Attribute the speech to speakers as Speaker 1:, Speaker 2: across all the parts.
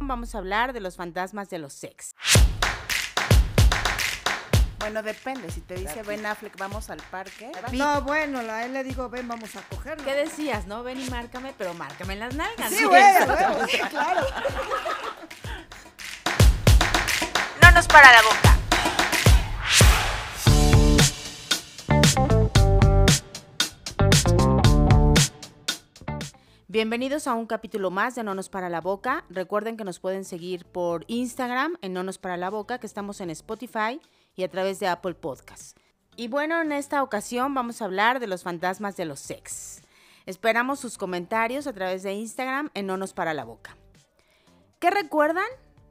Speaker 1: vamos a hablar de los fantasmas de los sex. Bueno, depende. Si te dice Ben Affleck, vamos al parque.
Speaker 2: No, bueno, la- a él le digo, ven, vamos a cogerlo.
Speaker 3: ¿Qué decías? No, ven y márcame, pero márcame en las nalgas.
Speaker 2: Sí, güey, a huevo, sí, claro.
Speaker 3: No nos para la boca.
Speaker 1: Bienvenidos a un capítulo más de No nos para la boca. Recuerden que nos pueden seguir por Instagram en No nos para la boca, que estamos en Spotify y a través de Apple Podcast. Y bueno, en esta ocasión vamos a hablar de los fantasmas de los sex. Esperamos sus comentarios a través de Instagram en No nos para la boca. ¿Qué recuerdan?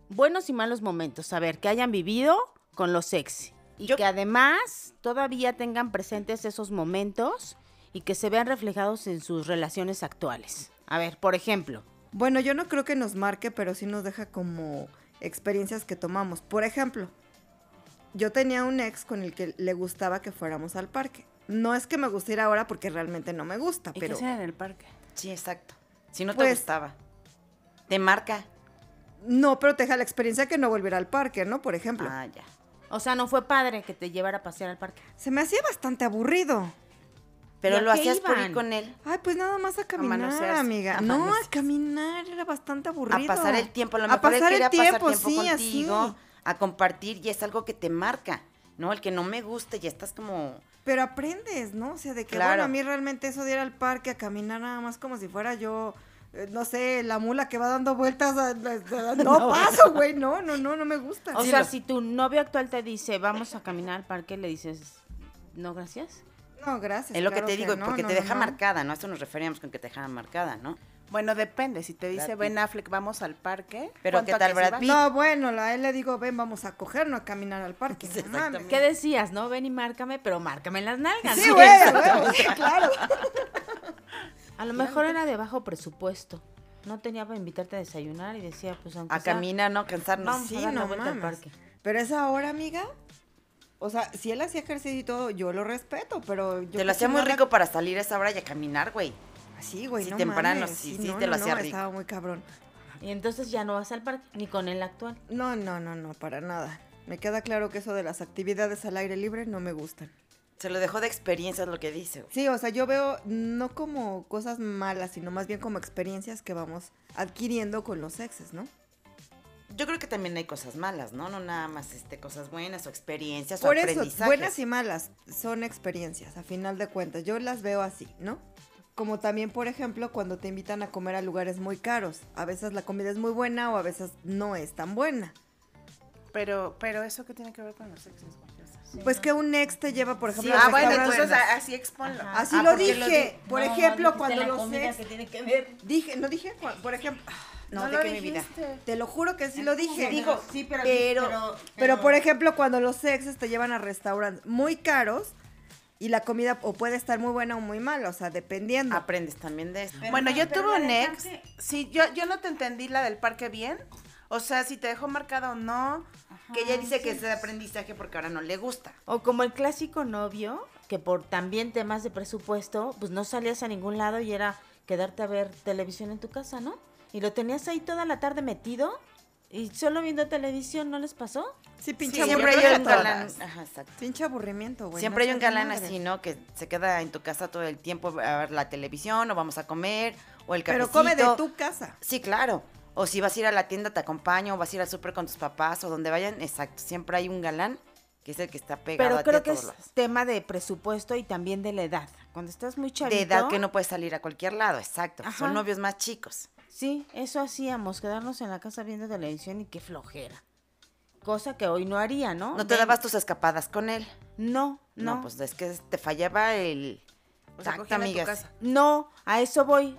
Speaker 1: Buenos y malos momentos, a ver, que hayan vivido con los sexy. Y
Speaker 4: Yo-
Speaker 1: que además todavía tengan presentes esos momentos y que se vean reflejados en sus relaciones actuales. A ver, por ejemplo,
Speaker 2: Bueno, yo no creo que nos marque, pero sí nos deja como experiencias que tomamos. Por ejemplo, yo tenía un ex con el que le gustaba que fuéramos al parque. No es que me guste ir ahora porque realmente no me gusta,
Speaker 4: ¿Y
Speaker 2: pero
Speaker 4: qué hacían en el parque? Sí, exacto. Si no te
Speaker 2: Pues-
Speaker 4: gustaba. Te marca.
Speaker 2: no, pero te deja la experiencia que no volver al parque, ¿no? Por ejemplo.
Speaker 4: Ah, ya.
Speaker 1: o sea, no fue padre que te llevara a pasear al parque.
Speaker 2: Se me hacía bastante aburrido.
Speaker 1: ¿Y
Speaker 4: Pero
Speaker 1: a
Speaker 4: lo
Speaker 1: qué
Speaker 4: hacías por
Speaker 1: iban?
Speaker 4: ir con él.
Speaker 2: Ay, pues nada más a caminar,
Speaker 4: manosearse,
Speaker 2: amiga.
Speaker 4: a
Speaker 2: No, a
Speaker 4: manosearse.
Speaker 2: caminar era bastante aburrido.
Speaker 4: A pasar el tiempo. A lo
Speaker 2: A
Speaker 4: mejor él
Speaker 2: pasar el
Speaker 4: quería
Speaker 2: tiempo,
Speaker 4: pasar tiempo
Speaker 2: sí, así.
Speaker 4: contigo. A compartir y es algo que te marca. No, el que no me gusta y estás como...
Speaker 2: Pero aprendes, ¿no? O sea, de que,
Speaker 4: Claro.
Speaker 2: bueno, a mí realmente eso de ir al parque a caminar nada más como si fuera yo, eh, no sé, la mula que va dando vueltas. a- a- a- no, paso, güey, no, no, no, no me gusta.
Speaker 1: O
Speaker 4: Sí,
Speaker 1: sea,
Speaker 4: lo-
Speaker 1: si tu novio actual te dice, vamos a caminar al parque, le dices, no, gracias.
Speaker 2: no, gracias.
Speaker 4: es lo
Speaker 2: claro
Speaker 4: que te digo,
Speaker 2: no,
Speaker 4: porque
Speaker 2: no,
Speaker 4: te
Speaker 2: no,
Speaker 4: deja
Speaker 2: no.
Speaker 4: marcada, ¿no? A Eso nos referíamos con que te dejaban marcada, ¿no?
Speaker 5: Bueno, depende. Si te dice
Speaker 4: Brad
Speaker 5: Ben Affleck, vamos al parque.
Speaker 4: Pero,
Speaker 5: ¿cuánto
Speaker 4: ¿qué tal
Speaker 5: a que
Speaker 4: Brad
Speaker 5: sí vas?
Speaker 4: Pitt?
Speaker 2: No, bueno, la- a él le digo, ven, vamos a cogernos a caminar al parque.
Speaker 4: Sí,
Speaker 2: no mames.
Speaker 4: Mm.
Speaker 3: ¿Qué decías? No, ven y márcame, pero márcame en las nalgas.
Speaker 2: Sí, güey, a huevo, sí, claro.
Speaker 1: A lo mejor era de bajo presupuesto. No tenía para invitarte a desayunar y decía, pues aunque
Speaker 4: A
Speaker 1: sea,
Speaker 4: caminar, no cansarnos.
Speaker 1: Vamos
Speaker 2: sí,
Speaker 1: a dar la
Speaker 2: no
Speaker 1: vuelta al
Speaker 2: mames.
Speaker 1: parque.
Speaker 2: Pero esa hora, amiga, o sea, si él hacía ejercicio y todo, yo lo respeto, pero yo...
Speaker 4: te lo hacía muy rico para salir a esa hora y a caminar, güey.
Speaker 2: Así, güey,
Speaker 4: Sí,
Speaker 2: no
Speaker 4: temprano,
Speaker 2: mames,
Speaker 4: sí, sí, te lo hacía rico.
Speaker 2: estaba muy cabrón.
Speaker 1: Y entonces ya no vas al parque, ni con el actual.
Speaker 2: No, no, no, no, para nada. Me queda claro que eso de las actividades al aire libre no me gustan.
Speaker 4: Se lo dejó de experiencia, es lo que dice. güey.
Speaker 2: Sí, o sea, yo veo no como cosas malas, sino más bien como experiencias que vamos adquiriendo con los exes, ¿no?
Speaker 4: Yo creo que también hay cosas malas, ¿no? No nada más este, cosas buenas o experiencias
Speaker 2: Por
Speaker 4: o
Speaker 2: eso,
Speaker 4: aprendizajes.
Speaker 2: buenas y malas son experiencias, a final de cuentas. Yo las veo así, ¿no? Como también, por ejemplo, cuando te invitan a comer a lugares muy caros. A veces la comida es muy buena o a veces no es tan buena.
Speaker 5: Pero, pero eso que tiene que ver con los sexos. güey?
Speaker 2: Pues que un ex te lleva, por ejemplo, a
Speaker 5: ah, bueno,
Speaker 2: restaurantes.
Speaker 5: entonces a- así expónlo.
Speaker 1: Ajá.
Speaker 2: Así
Speaker 4: Ah,
Speaker 2: lo
Speaker 4: ¿por qué
Speaker 2: dije.
Speaker 4: lo di-
Speaker 2: por
Speaker 1: No, no
Speaker 2: ejemplo,
Speaker 1: dijiste
Speaker 2: cuando
Speaker 1: la
Speaker 2: los
Speaker 1: comida
Speaker 2: ex...
Speaker 1: que tiene que ver.
Speaker 2: Dije, no dije, Cu- por ejemplo,
Speaker 4: No,
Speaker 5: No
Speaker 4: de
Speaker 5: lo
Speaker 4: qué mi vida.
Speaker 5: dijiste.
Speaker 2: te lo juro que sí lo dije.
Speaker 4: Digo,
Speaker 1: sí, pero-
Speaker 4: pero,
Speaker 2: pero, pero, por ejemplo, cuando los exes te llevan a restaurantes muy caros y la comida o puede estar muy buena o muy mala, o sea, dependiendo.
Speaker 4: aprendes también de eso.
Speaker 5: Bueno, yo
Speaker 1: pero
Speaker 5: tuve
Speaker 1: la
Speaker 5: un ex.
Speaker 1: dejaste-
Speaker 5: Sí, yo, yo no te entendí la del parque bien. O sea, si te dejó marcada o no.
Speaker 4: que
Speaker 5: Ah,
Speaker 4: ella dice que es de aprendizaje porque ahora no le gusta.
Speaker 1: O como el clásico novio, que por también temas de presupuesto, pues no salías a ningún lado y era quedarte a ver televisión en tu casa, ¿no? Y lo tenías ahí toda la tarde metido y solo viendo televisión, ¿no les pasó?
Speaker 2: sí,
Speaker 4: Sí,
Speaker 2: pinche
Speaker 4: siempre
Speaker 2: aburrimiento.
Speaker 4: hay un galán. Ajá, exacto.
Speaker 2: Pinche aburrimiento, güey.
Speaker 4: siempre
Speaker 2: no
Speaker 4: hay un
Speaker 2: seas
Speaker 4: galán
Speaker 2: madre.
Speaker 4: así, ¿no? Que se queda en tu casa todo el tiempo a ver la televisión o vamos a comer o el cafecito.
Speaker 2: Pero come de tu casa.
Speaker 4: Sí, claro. O si vas a ir a la tienda, te acompaño, o vas a ir al súper con tus papás, o donde vayan, exacto. Siempre hay un galán que es el que está pegado
Speaker 1: Pero
Speaker 4: a ti a
Speaker 1: creo que
Speaker 4: todos
Speaker 1: es
Speaker 4: lados.
Speaker 1: tema de presupuesto y también de la edad. Cuando estás muy chavito.
Speaker 4: De edad que no puedes salir a cualquier lado, exacto.
Speaker 1: Ajá.
Speaker 4: Son novios más chicos.
Speaker 1: Sí, eso hacíamos, quedarnos en la casa viendo televisión y qué flojera. Cosa que hoy no haría, ¿no?
Speaker 4: No te
Speaker 1: Oh, Ven.
Speaker 4: dabas tus escapadas con él.
Speaker 1: No,
Speaker 4: No,
Speaker 1: no.
Speaker 4: pues es que te fallaba el
Speaker 5: O sea,
Speaker 4: tacto,
Speaker 5: cogían en tu
Speaker 4: amigas.
Speaker 5: casa.
Speaker 1: No, a eso voy.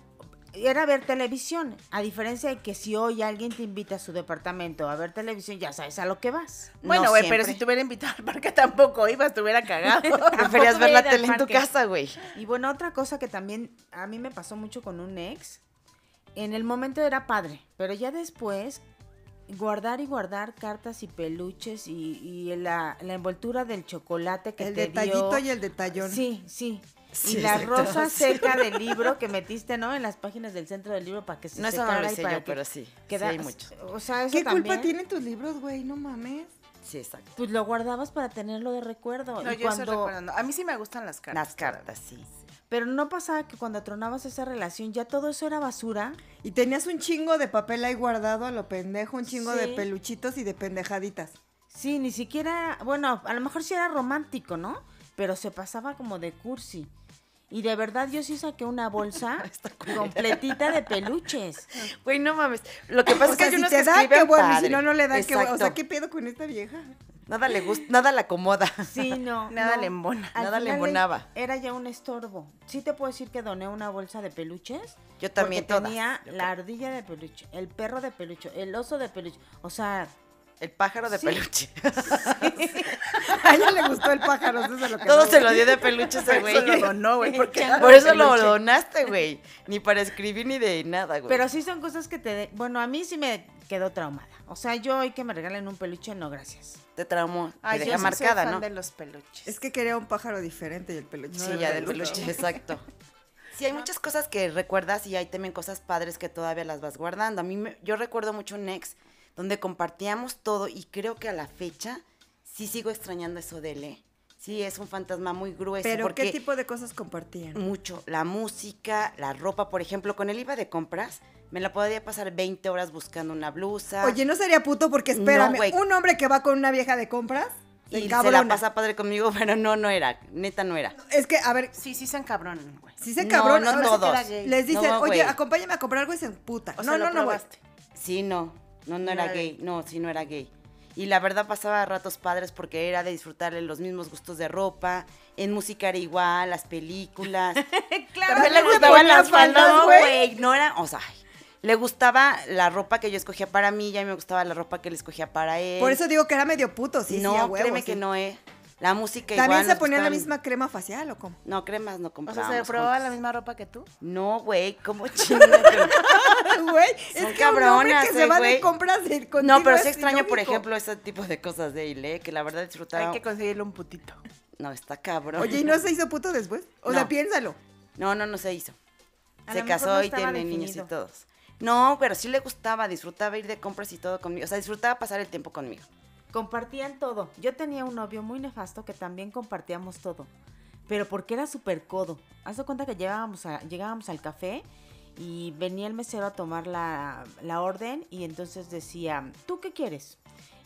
Speaker 1: Era ver televisión, a diferencia de que si hoy alguien te invita a su departamento a ver televisión, ya sabes a lo que vas.
Speaker 4: No
Speaker 5: Bueno, güey, pero
Speaker 4: siempre.
Speaker 5: si te hubiera invitado al parque tampoco ibas, te hubiera cagado.
Speaker 4: Preferías ver
Speaker 1: Tampoco
Speaker 4: la tele
Speaker 1: voy a ir
Speaker 4: en
Speaker 1: al
Speaker 4: tu
Speaker 1: parque.
Speaker 4: casa, güey.
Speaker 1: Y bueno, otra cosa que también a mí me pasó mucho con un ex, en el momento era padre, pero ya después guardar y guardar cartas y peluches y, y la, la envoltura del chocolate que
Speaker 2: El
Speaker 1: te dio.
Speaker 2: detallito y el detallón.
Speaker 1: Sí, sí.
Speaker 2: Sí,
Speaker 1: y la
Speaker 2: exacto.
Speaker 1: rosa seca del libro que metiste, ¿no? En las páginas del centro del libro para que se
Speaker 4: No, eso no
Speaker 1: secara
Speaker 4: lo
Speaker 1: y
Speaker 4: hice
Speaker 1: para
Speaker 4: yo,
Speaker 1: que
Speaker 4: pero sí.
Speaker 1: queda-
Speaker 4: Sí, hay muchos.
Speaker 1: O sea, eso
Speaker 2: ¿Qué culpa
Speaker 1: también,
Speaker 2: tienen tus libros, güey? No mames.
Speaker 4: Sí, exacto.
Speaker 1: Pues lo guardabas para tenerlo de recuerdo.
Speaker 5: No,
Speaker 1: y
Speaker 5: yo estoy
Speaker 1: cuando-
Speaker 5: recordando. A mí sí me gustan las cartas.
Speaker 4: Las cartas, sí.
Speaker 1: Pero no pasaba que cuando tronabas esa relación ya todo eso era basura.
Speaker 2: Y tenías un chingo de papel ahí guardado a lo pendejo, un chingo de
Speaker 1: Sí.
Speaker 2: peluchitos y de pendejaditas.
Speaker 1: Sí, ni siquiera, bueno, a lo mejor sí era romántico, ¿no? Pero se pasaba como de cursi. Y de verdad yo sí saqué una bolsa completita de peluches.
Speaker 4: Güey, no mames. Lo que pasa
Speaker 2: o sea,
Speaker 4: es que hay
Speaker 2: si
Speaker 4: unos
Speaker 2: te
Speaker 4: que
Speaker 2: da,
Speaker 4: escriben
Speaker 2: qué bueno,
Speaker 4: padre.
Speaker 2: si no, no le da, qué bueno. O sea,
Speaker 4: Exacto.
Speaker 2: ¿qué pedo con esta vieja?
Speaker 4: Nada le gusta, nada la acomoda.
Speaker 1: Sí, no.
Speaker 5: Nada
Speaker 1: no.
Speaker 5: le embona.
Speaker 1: Al
Speaker 4: Nada le
Speaker 1: final
Speaker 4: embonaba.
Speaker 1: Era ya un estorbo. Sí te puedo decir que doné una bolsa de peluches.
Speaker 4: Yo también
Speaker 1: porque
Speaker 4: todas,
Speaker 1: tenía
Speaker 4: yo
Speaker 1: la ardilla de peluche, el perro de peluche, el oso de peluche. O sea,
Speaker 4: El pájaro de
Speaker 1: Sí.
Speaker 4: peluche.
Speaker 2: A ella le gustó el pájaro, eso es a lo que
Speaker 4: Todo
Speaker 2: me-
Speaker 4: se lo dio de peluche ese
Speaker 5: Por
Speaker 4: güey.
Speaker 5: eso lo donó, güey. Porque era
Speaker 4: Por
Speaker 5: de
Speaker 4: eso lo
Speaker 5: peluche.
Speaker 4: donaste, güey. Ni para escribir ni de nada, güey.
Speaker 1: pero sí son cosas que te... de- Bueno, a mí sí me quedó traumada. O sea, yo hoy que me regalen un peluche, no gracias.
Speaker 4: te traumó,
Speaker 5: Ay,
Speaker 4: te
Speaker 5: yo
Speaker 4: deja
Speaker 5: sí
Speaker 4: marcada,
Speaker 5: soy fan
Speaker 4: ¿no?
Speaker 5: de los peluches.
Speaker 2: Es que quería un pájaro diferente y el peluche.
Speaker 4: Sí,
Speaker 2: era
Speaker 4: ya
Speaker 2: de
Speaker 4: del
Speaker 2: peluche.
Speaker 4: peluche, exacto. Sí, hay muchas cosas que recuerdas y hay también cosas padres que todavía las vas guardando. A mí, me- yo recuerdo mucho un ex donde compartíamos todo y creo que a la fecha sí sigo extrañando eso de él, ¿eh? Sí, es un fantasma muy grueso.
Speaker 2: Pero,
Speaker 4: porque
Speaker 2: ¿qué tipo de cosas compartían?
Speaker 4: Mucho. La música, la ropa, por ejemplo, con él iba de compras, me la podía pasar 20 horas buscando una blusa.
Speaker 2: Oye, no sería puto porque
Speaker 4: No,
Speaker 2: espérame,
Speaker 4: güey.
Speaker 2: un hombre que va con una vieja de compras, se
Speaker 4: y se la
Speaker 2: encabrona.
Speaker 4: pasa padre conmigo, pero no, no era, neta no era.
Speaker 2: Es que, a ver,
Speaker 5: Sí, sí se encabronan, güey.
Speaker 2: si se
Speaker 4: No,
Speaker 2: cabrón,
Speaker 4: no
Speaker 2: a ver,
Speaker 4: todos.
Speaker 5: era gay.
Speaker 2: les dicen,
Speaker 4: No, güey.
Speaker 2: oye, acompáñame a comprar algo y se emputa. no,
Speaker 5: O sea,
Speaker 2: no,
Speaker 5: lo
Speaker 2: no, güey.
Speaker 5: probaste.
Speaker 4: Sí, no, no, no era
Speaker 5: era
Speaker 4: gay, no, sí, no era gay. Y la verdad pasaba ratos padres porque era de disfrutarle los mismos gustos de ropa, en música era igual, las películas.
Speaker 1: Claro,
Speaker 4: También le
Speaker 2: ¿no te
Speaker 4: gustaban
Speaker 2: ponías
Speaker 4: las faldas,
Speaker 2: faldas, güey?
Speaker 4: güey, no era, o sea, ay, le gustaba la ropa que yo escogía para mí, ya me gustaba la ropa que él escogía para él.
Speaker 2: Por eso digo que era medio puto, sí,
Speaker 4: no,
Speaker 2: sí, a huevo,
Speaker 4: créeme
Speaker 2: sí.
Speaker 4: que no, eh. La música igual.
Speaker 2: ¿También se
Speaker 4: nos
Speaker 2: ponían la
Speaker 4: gustaban-
Speaker 2: misma crema facial o cómo?
Speaker 4: No, cremas no
Speaker 5: O
Speaker 4: compramos.
Speaker 5: sea, ¿se probaba la misma ropa que tú?
Speaker 4: No, güey, ¿cómo chingada?
Speaker 2: Güey,
Speaker 4: Son
Speaker 2: es que un hombre
Speaker 4: cabronas,
Speaker 2: que
Speaker 4: eh,
Speaker 2: se va
Speaker 4: güey.
Speaker 2: de compras de contigo
Speaker 4: No, pero
Speaker 2: es
Speaker 4: sí extraño, por
Speaker 2: ilógico.
Speaker 4: ejemplo, ese tipo de cosas de Ile, que la verdad disfrutaba.
Speaker 5: Hay que conseguirle un putito.
Speaker 4: No, está cabrón.
Speaker 2: Oye, ¿y no se hizo puto después? O
Speaker 4: No.
Speaker 2: sea, piénsalo.
Speaker 4: No, no, no se hizo.
Speaker 1: A
Speaker 4: Se
Speaker 1: lo mejor
Speaker 4: casó
Speaker 1: no
Speaker 4: y
Speaker 1: estaba
Speaker 4: tiene niños y
Speaker 1: definido.
Speaker 4: todos. No, pero sí le gustaba, disfrutaba ir de compras y todo conmigo. O sea, disfrutaba pasar el tiempo conmigo.
Speaker 1: Compartían todo. Yo tenía un novio muy nefasto que también compartíamos todo. Pero porque era súper codo. Haz de cuenta que llegábamos, a- llegábamos al café y venía el mesero a tomar la, la orden y entonces decía, ¿tú qué quieres?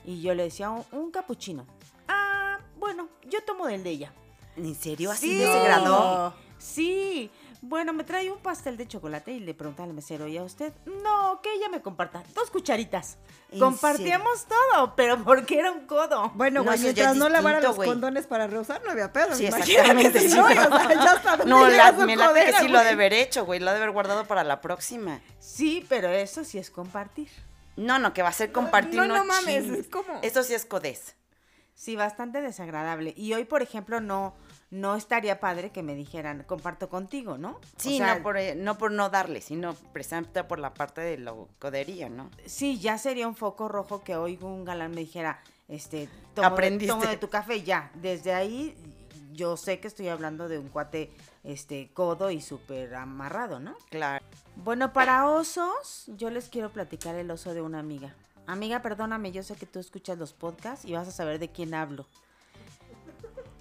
Speaker 1: Y yo le decía, un, un capuchino. Ah, bueno, yo tomo del de ella.
Speaker 4: ¿En serio? ¿Así
Speaker 1: Sí.
Speaker 4: de ese grado?
Speaker 1: Sí, bueno, me trae un pastel de chocolate y le pregunta al mesero, ¿y a usted? No, que ella me comparta. Dos cucharitas.
Speaker 4: ¿En
Speaker 1: Compartíamos todo, pero porque era un codo.
Speaker 2: Bueno,
Speaker 4: No,
Speaker 2: güey,
Speaker 4: eso ya es
Speaker 2: mientras no lavara
Speaker 4: distinto,
Speaker 2: los
Speaker 4: güey.
Speaker 2: condones para rehusar, no había pedo.
Speaker 4: Sí,
Speaker 2: me imagino
Speaker 4: exactamente,
Speaker 2: que sí,
Speaker 4: sí.
Speaker 2: ¿no? Y, o sea, ya hasta dónde
Speaker 4: No, la,
Speaker 2: llega su
Speaker 4: me late que
Speaker 2: codera,
Speaker 4: sí lo ha de
Speaker 2: güey.
Speaker 4: haber hecho, güey. Lo ha de haber guardado para la próxima.
Speaker 1: Sí, pero eso sí es compartir.
Speaker 4: No, no, que va a ser compartir.
Speaker 2: no, no mames,
Speaker 4: chingues.
Speaker 2: es como-
Speaker 4: Eso sí es codez.
Speaker 1: Sí, bastante desagradable. Y hoy, por ejemplo, no, no estaría padre que me dijeran, comparto contigo, ¿no? O
Speaker 4: Sí,
Speaker 1: sea,
Speaker 4: no, por, eh, no por no darle, sino precisamente por la parte de la codería, ¿no?
Speaker 1: Sí, ya sería un foco rojo que hoy un galán me dijera, este, tomo,
Speaker 4: Aprendiste.
Speaker 1: De, tomo de tu café, ya. Desde ahí yo sé que estoy hablando de un cuate, este, codo y súper amarrado, ¿no?
Speaker 4: Claro.
Speaker 1: Bueno, para osos, yo les quiero platicar el oso de una amiga. Amiga, perdóname, yo sé que tú escuchas los podcasts y vas a saber de quién hablo.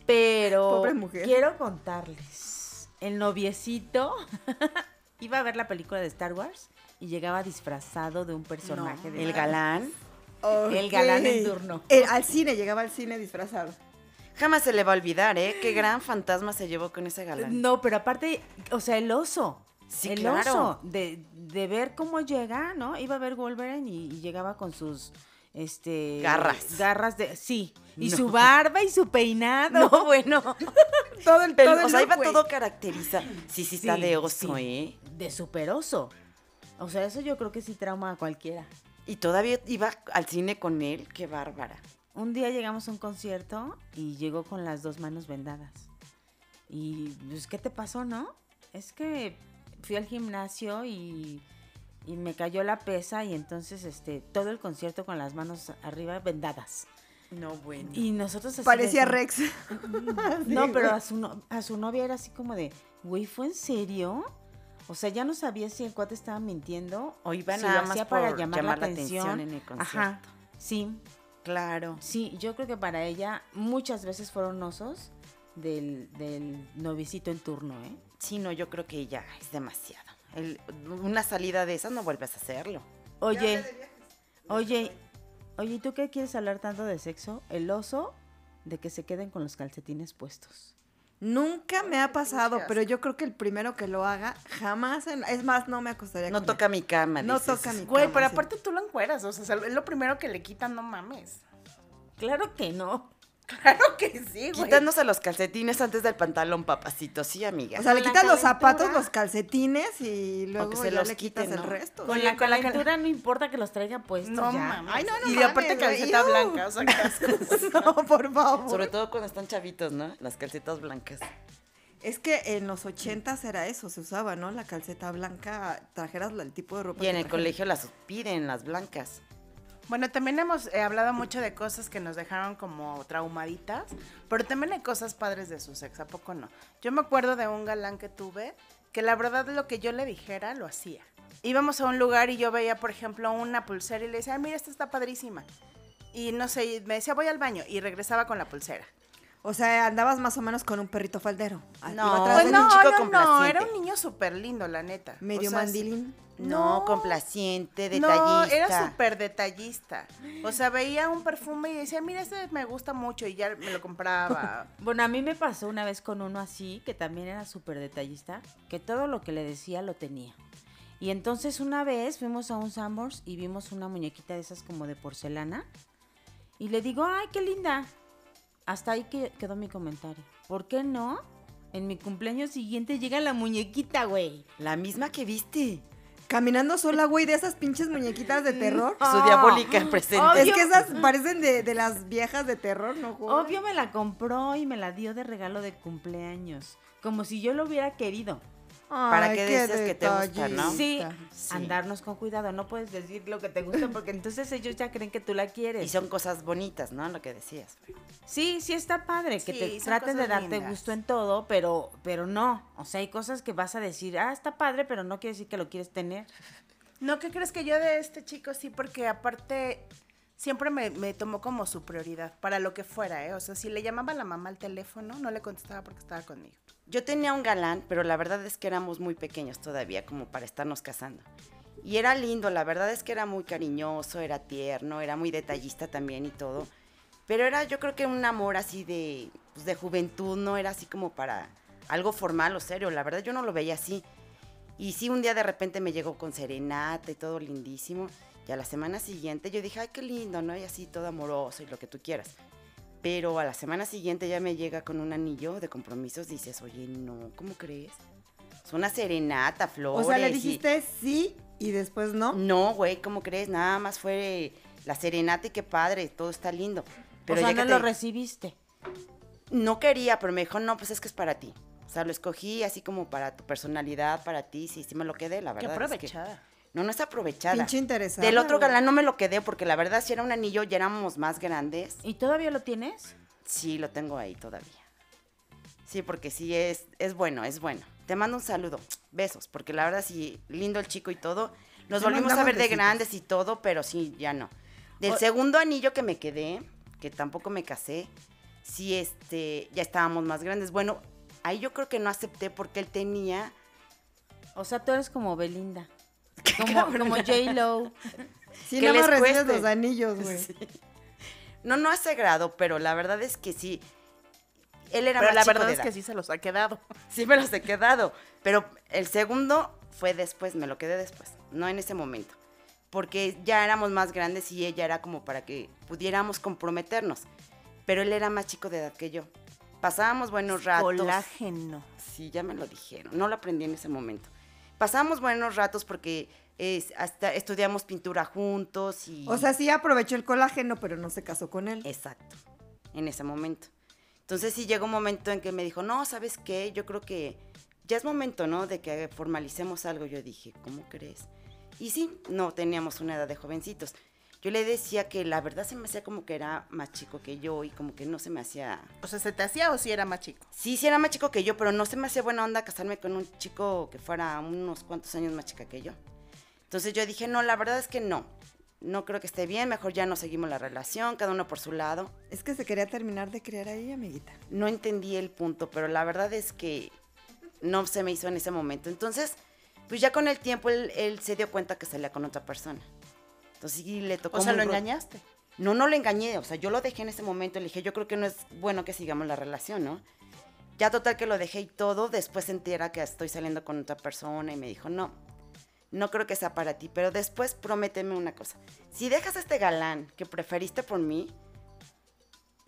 Speaker 1: Pero
Speaker 2: Pobre mujer.
Speaker 1: quiero contarles. El noviecito iba a ver la película de Star Wars y llegaba disfrazado de un personaje de
Speaker 4: El galán
Speaker 1: El galán en
Speaker 2: Ok.
Speaker 1: turno.
Speaker 2: El- al cine, llegaba al cine disfrazado.
Speaker 4: jamás se le va a olvidar, ¿eh? Qué gran fantasma se llevó con ese galán.
Speaker 1: No, pero aparte, o sea, el oso.
Speaker 4: Sí,
Speaker 1: el
Speaker 4: claro.
Speaker 1: oso. De, de ver cómo llega, ¿no? Iba a ver Wolverine y, y llegaba con sus. Este,
Speaker 4: Garras.
Speaker 1: Garras de. Sí. Y su barba y su peinado. bueno.
Speaker 2: Todo el,
Speaker 4: Pero,
Speaker 2: todo el
Speaker 4: o sea,
Speaker 2: look,
Speaker 4: iba
Speaker 2: güey.
Speaker 4: todo caracteriza. Sí, sí, está
Speaker 1: Sí,
Speaker 4: de oso,
Speaker 1: sí,
Speaker 4: ¿eh?
Speaker 1: De super oso. O sea, eso yo creo que sí trauma a cualquiera.
Speaker 4: Y todavía iba al cine con él. Qué bárbara.
Speaker 1: Un día llegamos a un concierto y llegó con las dos manos vendadas. Y pues, ¿qué te pasó, no? Es que fui al gimnasio y, y me cayó la pesa y entonces este todo el concierto con las manos arriba vendadas.
Speaker 4: No, bueno.
Speaker 1: Y nosotros así de-
Speaker 2: Parecía Rex.
Speaker 1: No,
Speaker 2: Sí,
Speaker 1: pero
Speaker 2: güey.
Speaker 1: a su, no- a su novia era así como de, güey, ¿fue en serio? O sea, ya no sabía si el cuate estaba mintiendo
Speaker 4: O iba
Speaker 1: si
Speaker 4: nada
Speaker 1: lo
Speaker 4: más
Speaker 1: hacía
Speaker 4: por
Speaker 1: para llamar, la atención.
Speaker 4: en el concierto.
Speaker 1: Ajá, sí,
Speaker 4: Claro.
Speaker 1: sí, yo creo que para ella muchas veces fueron osos del, del novicito en turno, ¿eh?
Speaker 4: Sí, no, yo creo que ya es demasiado. El- una salida de esas no vuelves a hacerlo.
Speaker 1: Oye, oye, oye, ¿y tú qué quieres hablar tanto de sexo? El oso de que se queden con los calcetines puestos.
Speaker 2: Nunca me ha pasado, pero yo creo que el primero que lo haga, jamás. en- Es más, no me acostaría
Speaker 4: No
Speaker 2: con él.
Speaker 4: toca mi cama.
Speaker 2: No
Speaker 4: dices.
Speaker 2: toca mi
Speaker 5: Güey,
Speaker 2: cama,
Speaker 5: pero
Speaker 2: sí.
Speaker 5: aparte tú lo encueras, o sea, es lo primero que le quitan, no mames.
Speaker 1: Claro que no.
Speaker 5: Claro que sí, güey.
Speaker 4: Quitándose los calcetines antes del pantalón, papacito. Sí, amiga.
Speaker 2: O sea, le
Speaker 1: Con la
Speaker 2: quitas los
Speaker 1: calentura.
Speaker 2: zapatos, los calcetines y luego
Speaker 4: se
Speaker 2: ya
Speaker 4: los
Speaker 2: le
Speaker 4: quiten,
Speaker 2: quitas el
Speaker 4: ¿no?
Speaker 2: resto.
Speaker 1: Con
Speaker 5: Oye,
Speaker 1: la
Speaker 5: con la cal-
Speaker 1: calentura no importa que los traiga puestos
Speaker 5: No
Speaker 1: ya.
Speaker 5: mames.
Speaker 2: Ay, no, no
Speaker 5: Y de aparte
Speaker 2: mames, güey,
Speaker 5: calceta
Speaker 2: iu.
Speaker 5: blanca, o sea, casco.
Speaker 2: No, por favor.
Speaker 4: Sobre todo cuando están chavitos, ¿no? Las calcetas blancas.
Speaker 2: Es que en los ochentas era eso, se usaba, ¿no? La calceta blanca, trajeras la- el tipo de ropa.
Speaker 4: Y en
Speaker 2: que
Speaker 4: el
Speaker 2: trajeras.
Speaker 4: colegio las piden, las blancas.
Speaker 5: Bueno, también hemos eh, hablado mucho de cosas que nos dejaron como traumaditas, pero también hay cosas padres de su sexo, ¿a poco no? Yo me acuerdo de un galán que tuve que la verdad lo que yo le dijera lo hacía. Íbamos a un lugar y yo veía, por ejemplo, una pulsera y le decía, "Ay, mira, esta está padrísima. Y no sé, y me decía, voy al baño y regresaba con la pulsera.
Speaker 2: O sea, andabas más o menos con un perrito faldero. Ah,
Speaker 4: No,
Speaker 2: iba atrás
Speaker 5: Pues
Speaker 2: de
Speaker 5: no,
Speaker 4: un chico
Speaker 5: no, no,
Speaker 4: complaciente.
Speaker 5: era un niño súper lindo, la neta.
Speaker 2: mí. Medio
Speaker 5: O sea,
Speaker 2: mandilín.
Speaker 4: No,
Speaker 5: No.
Speaker 4: complaciente,
Speaker 5: No,
Speaker 4: detallista.
Speaker 5: era súper detallista. O sea, veía un perfume y decía, mira, este me gusta mucho y ya me lo compraba.
Speaker 1: Bueno, a mí me pasó una vez con uno así, que también era súper detallista, que todo lo que le decía lo tenía. Y entonces una vez fuimos a un Sambors y vimos una muñequita de esas como de porcelana. Y le digo, ay, qué linda. Hasta ahí que quedó mi comentario. ¿Por qué no? En mi cumpleaños siguiente llega la muñequita, güey.
Speaker 4: La misma que viste.
Speaker 2: Caminando sola, güey, de esas pinches muñequitas de terror.
Speaker 4: Su
Speaker 5: Ah.
Speaker 4: diabólica presente.
Speaker 2: Es que esas parecen de, de las viejas de terror, ¿no? güey?
Speaker 1: Obvio me la compró y me la dio de regalo de cumpleaños. Como si yo lo hubiera querido.
Speaker 4: ¿Para
Speaker 2: Ay,
Speaker 4: qué decías que te gusta, no?
Speaker 1: Sí,
Speaker 2: detallista.
Speaker 1: andarnos con cuidado. No puedes decir lo que te gusta porque entonces ellos ya creen que tú la
Speaker 4: Y
Speaker 1: quieres.
Speaker 4: son cosas bonitas, ¿no? Lo que decías.
Speaker 1: Sí, sí está padre que
Speaker 5: Sí,
Speaker 1: te
Speaker 5: son
Speaker 1: traten de
Speaker 5: cosas
Speaker 1: darte
Speaker 5: lindas.
Speaker 1: gusto en todo, pero, pero no. O sea, hay cosas que vas a decir, ah, está padre, pero no quiere decir que lo quieres tener.
Speaker 5: No, ¿qué crees que yo de este chico sí? Porque aparte siempre me, me tomó como su prioridad para lo que fuera, ¿eh? O sea, si le llamaba la mamá al teléfono, no le contestaba porque estaba conmigo.
Speaker 4: Yo tenía un galán, pero la verdad es que éramos muy pequeños todavía, como para estarnos casando. Y era lindo, la verdad es que era muy cariñoso, era tierno, era muy detallista también y todo. Pero era yo creo que un amor así de, pues, de juventud, no era así como para algo formal o serio. La verdad yo no lo veía así. Y sí, un día de repente me llegó con serenata y todo lindísimo. Y a la semana siguiente yo dije, ay, qué lindo, ¿no? Y así todo amoroso y lo que tú quieras. Pero a la semana siguiente ya me llega con un anillo de compromisos. Dices, oye, no, ¿cómo crees? Es una serenata,
Speaker 2: O
Speaker 4: flores.
Speaker 2: sea, le
Speaker 4: y-
Speaker 2: dijiste sí y después no.
Speaker 4: No, güey, ¿cómo crees? Nada más fue la serenata y qué padre, todo está lindo. Pero
Speaker 1: o sea,
Speaker 4: ya
Speaker 1: no
Speaker 4: que
Speaker 1: lo
Speaker 4: te-
Speaker 1: recibiste.
Speaker 4: no quería, pero me dijo, no, pues es que es para ti. O sea, lo escogí así como para tu personalidad, para ti, sí, sí me lo quedé, la
Speaker 5: Qué
Speaker 4: verdad. es que-
Speaker 5: aprovechada.
Speaker 4: no, no es aprovechada.
Speaker 2: Pinche interesada,
Speaker 4: Del otro
Speaker 2: güey.
Speaker 4: galán no me lo quedé porque la verdad si era un anillo ya éramos más grandes.
Speaker 1: ¿Y todavía lo tienes?
Speaker 4: Sí, lo tengo ahí todavía. Sí, porque sí es, es bueno, es bueno. Te mando un saludo, besos, porque la verdad sí, lindo el chico y todo. Nos
Speaker 2: Te
Speaker 4: volvimos a
Speaker 2: mandamos
Speaker 4: ver de
Speaker 2: besitos.
Speaker 4: grandes y todo, pero sí, ya no. Del segundo anillo que me quedé, que tampoco me casé, sí, este, ya estábamos más grandes. Bueno, ahí yo creo que no acepté porque él tenía
Speaker 1: O sea, tú eres como Belinda. Como, como J-Lo.
Speaker 2: Sí,
Speaker 4: que
Speaker 2: nada más
Speaker 4: les
Speaker 2: recibes
Speaker 4: cueste.
Speaker 2: los anillos, güey.
Speaker 4: No, no a ese grado, pero la verdad es que sí. Él era
Speaker 5: Pero
Speaker 4: más
Speaker 5: la
Speaker 4: chico
Speaker 5: verdad
Speaker 4: de
Speaker 5: es que
Speaker 4: edad.
Speaker 5: sí se los ha quedado.
Speaker 4: Sí me los he quedado. Pero el segundo fue después, me lo quedé después, no en ese momento. Porque ya éramos más grandes y ella era como para que pudiéramos comprometernos. Pero él era más chico de edad que yo. Pasábamos buenos ratos.
Speaker 5: Colágeno.
Speaker 4: Sí, ya me lo dijeron. No lo aprendí en ese momento. Pasábamos buenos ratos porque es, hasta estudiamos pintura juntos y...
Speaker 2: O sea, sí aprovechó el colágeno, pero no se casó con él.
Speaker 4: Exacto, en ese momento. Entonces sí llegó un momento en que me dijo, no, ¿sabes qué? Yo creo que ya es momento, ¿no? De que formalicemos algo. Yo dije, ¿cómo crees? Y sí, no teníamos una edad de jovencitos. yo le decía que la verdad se me hacía como que era más chico que yo y como que no se me hacía...
Speaker 5: O sea, ¿se te hacía o si era más chico?
Speaker 4: Sí, sí era más chico que yo, pero no se me hacía buena onda casarme con un chico que fuera unos cuantos años más chica que yo. Entonces yo dije, no, la verdad es que no. No creo que esté bien, mejor ya no seguimos la relación, cada uno por su lado.
Speaker 2: Es que se quería terminar de creer ahí, amiguita.
Speaker 4: No entendí el punto, pero la verdad es que no se me hizo en ese momento. Entonces, pues ya con el tiempo él, él se dio cuenta que salía con otra persona. Entonces sí le tocó...
Speaker 5: O sea,
Speaker 4: muy
Speaker 5: ¿lo
Speaker 4: rudo.
Speaker 5: engañaste?
Speaker 4: No, no lo engañé, o sea, yo lo dejé en ese momento, le dije, yo creo que no es bueno que sigamos la relación, ¿no? Ya total que lo dejé y todo, después se entera que estoy saliendo con otra persona y me dijo, no, no creo que sea para ti, pero después prométeme una cosa, si dejas a este galán que preferiste por mí,